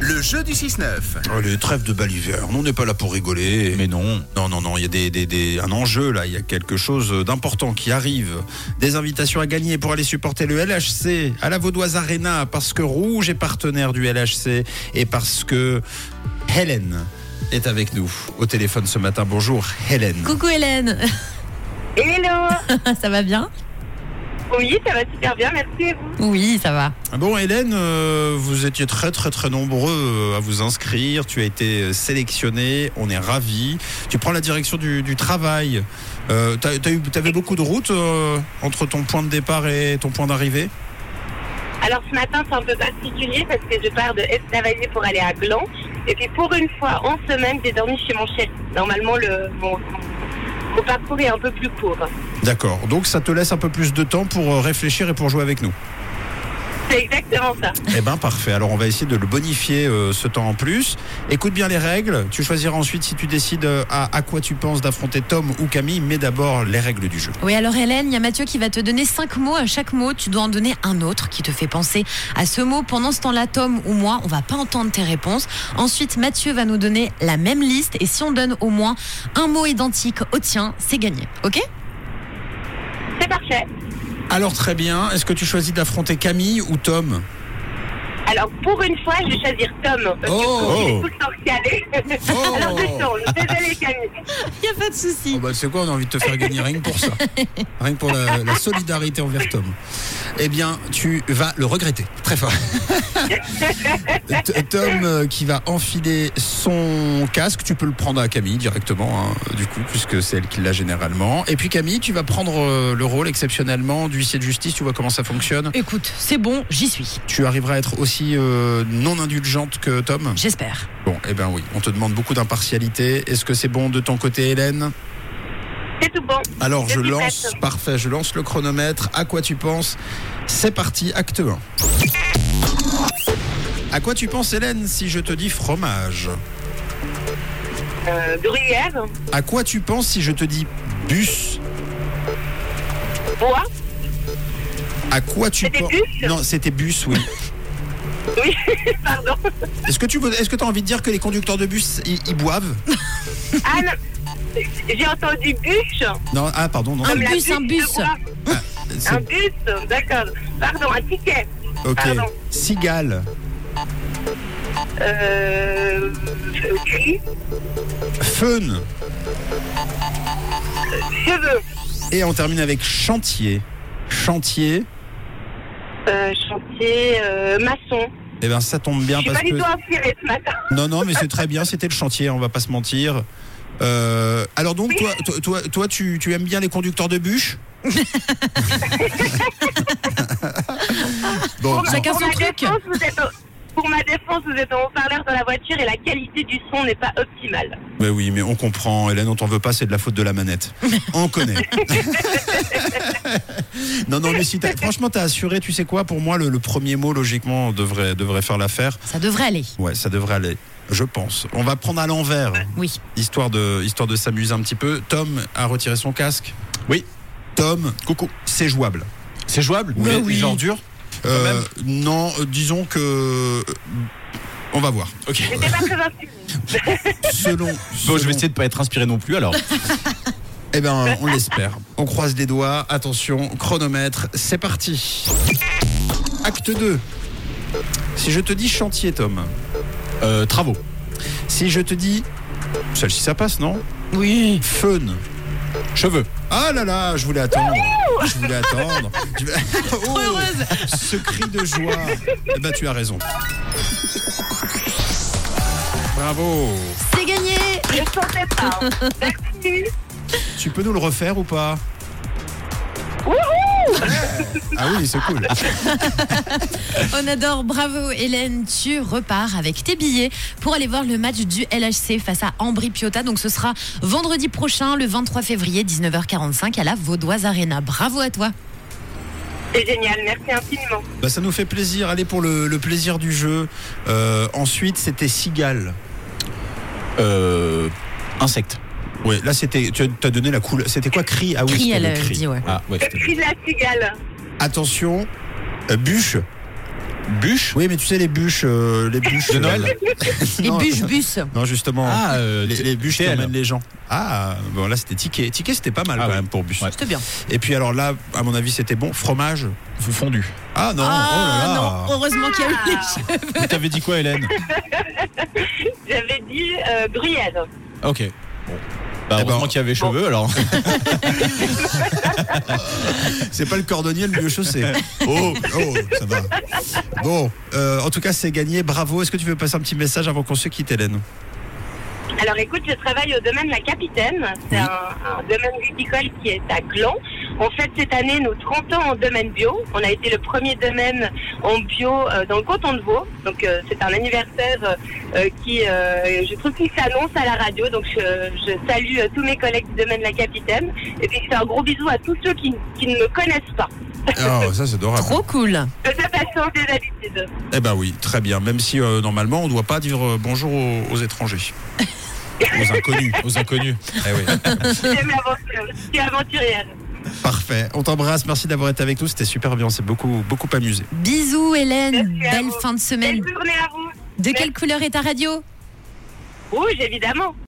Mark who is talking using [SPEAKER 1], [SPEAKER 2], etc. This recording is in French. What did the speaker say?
[SPEAKER 1] Le jeu du 6-9.
[SPEAKER 2] Allez, trêve Oh, de baliverne, on n'est pas là pour rigoler.
[SPEAKER 3] Mais non.
[SPEAKER 2] Non, non, non, il y a des, des- des- un enjeu là, il y a quelque chose d'important qui arrive. Des invitations à gagner pour aller supporter le LHC à la Vaudoise Arena parce que Rouge est partenaire du LHC et parce que Hélène est avec nous au téléphone ce matin. Bonjour Hélène.
[SPEAKER 4] Coucou Hélène,
[SPEAKER 5] Hello
[SPEAKER 4] ça va bien
[SPEAKER 5] Oui, ça va super bien, merci. et vous
[SPEAKER 4] Oui, ça va.
[SPEAKER 2] Ah Bon Hélène, euh, vous étiez très très très nombreux euh, à vous inscrire, tu as été euh, sélectionnée, on est ravis. Tu prends la direction du, du travail. Euh, t'as- t'as eu- T'avais beaucoup de route euh, entre ton point de départ et ton point d'arrivée
[SPEAKER 5] Alors ce matin, c'est un peu particulier parce que je pars de Esnavaillé pour aller à Gland. Et puis pour une fois en semaine, j'ai dormi chez mon chef. Normalement, le, mon, mon parcours est un peu plus court.
[SPEAKER 2] D'accord, donc ça te laisse un peu plus de temps pour euh, réfléchir et pour jouer avec nous.
[SPEAKER 5] C'est exactement ça.
[SPEAKER 2] Eh ben parfait, alors on va essayer de le bonifier euh, ce temps en plus. Écoute bien les règles, tu choisiras ensuite si tu décides euh, à, à quoi tu penses d'affronter Tom ou Camille, mais d'abord les règles du jeu.
[SPEAKER 4] Oui, alors Hélène, il y a Mathieu qui va te donner cinq mots. À chaque mot, tu dois en donner un autre qui te fait penser à ce mot. Pendant ce temps-là, Tom ou moi, on va pas entendre tes réponses. Ensuite, Mathieu va nous donner la même liste et si on donne au moins un mot identique au tien, c'est gagné. Ok
[SPEAKER 5] C'est parfait.
[SPEAKER 2] Alors très bien, est-ce que tu choisis d'affronter Camille ou Tom
[SPEAKER 5] Alors pour une fois, je vais choisir Tom. Parce
[SPEAKER 2] Oh,
[SPEAKER 5] que je
[SPEAKER 2] oh.
[SPEAKER 5] tout le temps calé.
[SPEAKER 4] Oh.
[SPEAKER 5] Alors je change. Désolée Camille.
[SPEAKER 4] Il n'y a pas
[SPEAKER 2] Oh
[SPEAKER 4] de souci.
[SPEAKER 2] bah, tu sais quoi, on a envie de te faire gagner rien que pour ça. Rien que pour la, la solidarité envers Tom. Eh bien, tu vas le regretter. Très fort. T- Tom euh, qui va enfiler son casque. Tu peux le prendre à Camille directement, hein, du coup, puisque c'est elle qui l'a généralement. Et puis Camille, tu vas prendre euh, le rôle exceptionnellement d'huissier de justice. Tu vois comment ça fonctionne.
[SPEAKER 4] Écoute, c'est bon, j'y suis.
[SPEAKER 2] Tu arriveras à être aussi euh, non indulgente que Tom.
[SPEAKER 4] J'espère.
[SPEAKER 2] Bon, eh ben oui, on te demande beaucoup d'impartialité. Est-ce que c'est bon de ton côté, Hélène
[SPEAKER 5] C'est tout bon.
[SPEAKER 2] Alors, je
[SPEAKER 5] Je suis
[SPEAKER 2] lance,
[SPEAKER 5] prête.
[SPEAKER 2] parfait, je lance le chronomètre. À quoi tu penses C'est parti, acte 1. À quoi tu penses, Hélène, si je te dis fromage
[SPEAKER 5] Euh, gruyère,
[SPEAKER 2] À quoi tu penses si je te dis bus
[SPEAKER 5] bois,
[SPEAKER 2] À quoi tu
[SPEAKER 5] C'était
[SPEAKER 2] penses
[SPEAKER 5] bus
[SPEAKER 2] Non, c'était bus, oui.
[SPEAKER 5] oui, pardon.
[SPEAKER 2] Est-ce que tu veux- est-ce que as envie de dire que les conducteurs de bus, ils, ils boivent
[SPEAKER 5] Ah non, j'ai entendu bûche.
[SPEAKER 2] Non, ah, pardon, non.
[SPEAKER 4] Un
[SPEAKER 2] c'est-
[SPEAKER 5] La
[SPEAKER 4] bus, un
[SPEAKER 5] bûche de
[SPEAKER 4] bus.
[SPEAKER 5] bois.
[SPEAKER 2] c'est-
[SPEAKER 5] Un bus, d'accord. Pardon, un ticket.
[SPEAKER 2] Ok.
[SPEAKER 5] pardon.
[SPEAKER 2] Cigale,
[SPEAKER 5] Euh. Gris,
[SPEAKER 2] fun,
[SPEAKER 5] cheveux.
[SPEAKER 2] et on termine avec chantier. Chantier,
[SPEAKER 5] Euh, chantier, euh, maçon.
[SPEAKER 2] eh ben ça tombe bien
[SPEAKER 5] Je suis
[SPEAKER 2] parce
[SPEAKER 5] pas du
[SPEAKER 2] que.
[SPEAKER 5] tout inspirée ce matin.
[SPEAKER 2] Non, non, mais c'est très bien. C'était le chantier, on va pas se mentir. Euh, alors donc, toi, toi, toi, toi, tu, tu aimes bien les conducteurs de bûches Bon,
[SPEAKER 5] ma-
[SPEAKER 4] Chacun son
[SPEAKER 5] ma
[SPEAKER 4] truc.
[SPEAKER 5] défense, vous êtes au- Pour ma défense, vous êtes en haut-parleur dans la voiture et la qualité du son n'est pas optimale.
[SPEAKER 2] mais Ben oui, mais on comprend, Hélène, on t'en veut pas, c'est de la faute de la manette. On connaît. non, non, mais si t'as- franchement, t'as assuré, tu sais quoi, pour moi, le, le premier mot, logiquement, devrait, devrait faire l'affaire.
[SPEAKER 4] Ça devrait aller.
[SPEAKER 2] Ouais, ça devrait aller, je pense. On va prendre à l'envers,
[SPEAKER 4] Oui.
[SPEAKER 2] histoire de, histoire de s'amuser un petit peu. Tom a retiré son casque.
[SPEAKER 3] Oui.
[SPEAKER 2] Tom, coucou, c'est jouable.
[SPEAKER 3] C'est jouable
[SPEAKER 2] Mais
[SPEAKER 3] Mais
[SPEAKER 2] oui.
[SPEAKER 3] genre dur
[SPEAKER 2] Euh, non, euh, disons que. euh, On va voir.
[SPEAKER 3] Ok.
[SPEAKER 5] J'étais pas très inspirée.
[SPEAKER 2] Selon.
[SPEAKER 3] Bon, je
[SPEAKER 2] selon-
[SPEAKER 3] vais essayer de pas être inspiré non plus alors.
[SPEAKER 2] Eh ben, on l'espère. On croise les doigts. Attention, chronomètre, c'est parti. Acte 2. Si je te dis chantier, Tom.
[SPEAKER 3] Euh, travaux.
[SPEAKER 2] Si je te dis. Celle-ci, ça passe, non
[SPEAKER 4] Oui.
[SPEAKER 2] Fun.
[SPEAKER 3] Cheveux.
[SPEAKER 2] Ah là là, je voulais attendre. Je voulais attendre. Je- Oh,
[SPEAKER 4] heureuse.
[SPEAKER 2] Ce cri de joie. Eh ben, tu as raison. Bravo.
[SPEAKER 4] C'est gagné.
[SPEAKER 5] Je sentais pas. hein. Merci.
[SPEAKER 2] Tu peux nous le refaire ou pas Ah oui, c'est cool.
[SPEAKER 4] On adore, bravo Hélène, tu repars avec tes billets pour aller voir le match du LHC face à Ambry Piotta. Donc ce sera vendredi prochain, le 23 février, 19h45 à la Vaudoise Arena. Bravo à toi.
[SPEAKER 5] C'est génial, merci infiniment.
[SPEAKER 2] Bah, ça nous fait plaisir. Allez pour le, le plaisir du jeu. Euh, ensuite, c'était cigale.
[SPEAKER 3] Euh, insectes.
[SPEAKER 2] Ouais, là c'était. Tu as- t'as donné la couleur. C'était quoi cri Ah oui,
[SPEAKER 4] Cri,
[SPEAKER 2] c'était
[SPEAKER 4] elle
[SPEAKER 2] le
[SPEAKER 4] euh,
[SPEAKER 2] cri.
[SPEAKER 4] dit ouais.
[SPEAKER 3] Ah ouais.
[SPEAKER 5] Le cri de la cigale.
[SPEAKER 2] Attention, euh, bûche.
[SPEAKER 3] Bûche
[SPEAKER 2] Oui, mais tu sais, les bûches. euh, les bûches
[SPEAKER 3] De Noël
[SPEAKER 4] Les
[SPEAKER 2] Non.
[SPEAKER 4] bûches-bus.
[SPEAKER 2] Non, justement.
[SPEAKER 3] Ah, euh,
[SPEAKER 2] les, les bûches qui
[SPEAKER 3] TL.
[SPEAKER 2] emmènent les gens. Ah, bon, là, c'était ticket. Ticket, c'était pas mal
[SPEAKER 3] Ah
[SPEAKER 2] quand
[SPEAKER 3] ouais.
[SPEAKER 2] même pour bûche.
[SPEAKER 3] Ouais.
[SPEAKER 4] C'était bien.
[SPEAKER 2] Et puis, alors là, à mon avis, c'était bon. Fromage.
[SPEAKER 3] Fondu.
[SPEAKER 2] Ah non,
[SPEAKER 4] ah
[SPEAKER 2] oh là là.
[SPEAKER 4] non, heureusement qu'il y a eu les
[SPEAKER 5] Ah.
[SPEAKER 4] jeux.
[SPEAKER 3] Mais T'avais dit quoi, Hélène
[SPEAKER 5] J'avais dit euh, gruyère.
[SPEAKER 3] Ok. Bon. Bah,
[SPEAKER 2] Eh ben,
[SPEAKER 3] heureusement qu'il y avait cheveux, alors.
[SPEAKER 2] C'est pas le cordonnier le mieux chaussé. Oh, oh, ça va. Bon, euh, en tout cas, c'est gagné. Bravo. Est-ce que tu veux passer un petit message avant qu'on se quitte, Hélène
[SPEAKER 5] Alors écoute, je travaille au domaine La Capitaine. C'est
[SPEAKER 2] Oui.
[SPEAKER 5] un, un domaine viticole qui est à Gland. On fête cette année nos 30 ans en domaine bio. On a été le premier domaine en bio euh, dans le canton de Vaud. Donc euh, c'est un anniversaire euh, qui, euh, je trouve, qu'il s'annonce à la radio. Donc je, je salue euh, tous mes collègues du domaine La Capitaine. Et puis je fais un gros bisou à tous ceux qui, qui ne me connaissent pas.
[SPEAKER 3] Ah,
[SPEAKER 2] Oh, ça, c'est adorable.
[SPEAKER 4] Trop cool.
[SPEAKER 5] De toute façon, des habitudes.
[SPEAKER 2] Eh ben oui, très bien. Même si euh, normalement, on ne doit pas dire euh, bonjour aux, aux étrangers. Aux inconnus.
[SPEAKER 3] Aux inconnus.
[SPEAKER 2] Eh oui.
[SPEAKER 5] J'aime l'aventure. Je suis aventurière.
[SPEAKER 2] Parfait. On t'embrasse. Merci d'avoir été avec nous. C'était super bien. On s'est beaucoup, beaucoup amusé.
[SPEAKER 4] Bisous Hélène,
[SPEAKER 5] Merci à
[SPEAKER 4] belle
[SPEAKER 5] vous.
[SPEAKER 4] fin de
[SPEAKER 5] Belle
[SPEAKER 4] semaine.
[SPEAKER 5] journée à vous.
[SPEAKER 4] De quelle couleur est ta radio
[SPEAKER 5] Rouge, évidemment.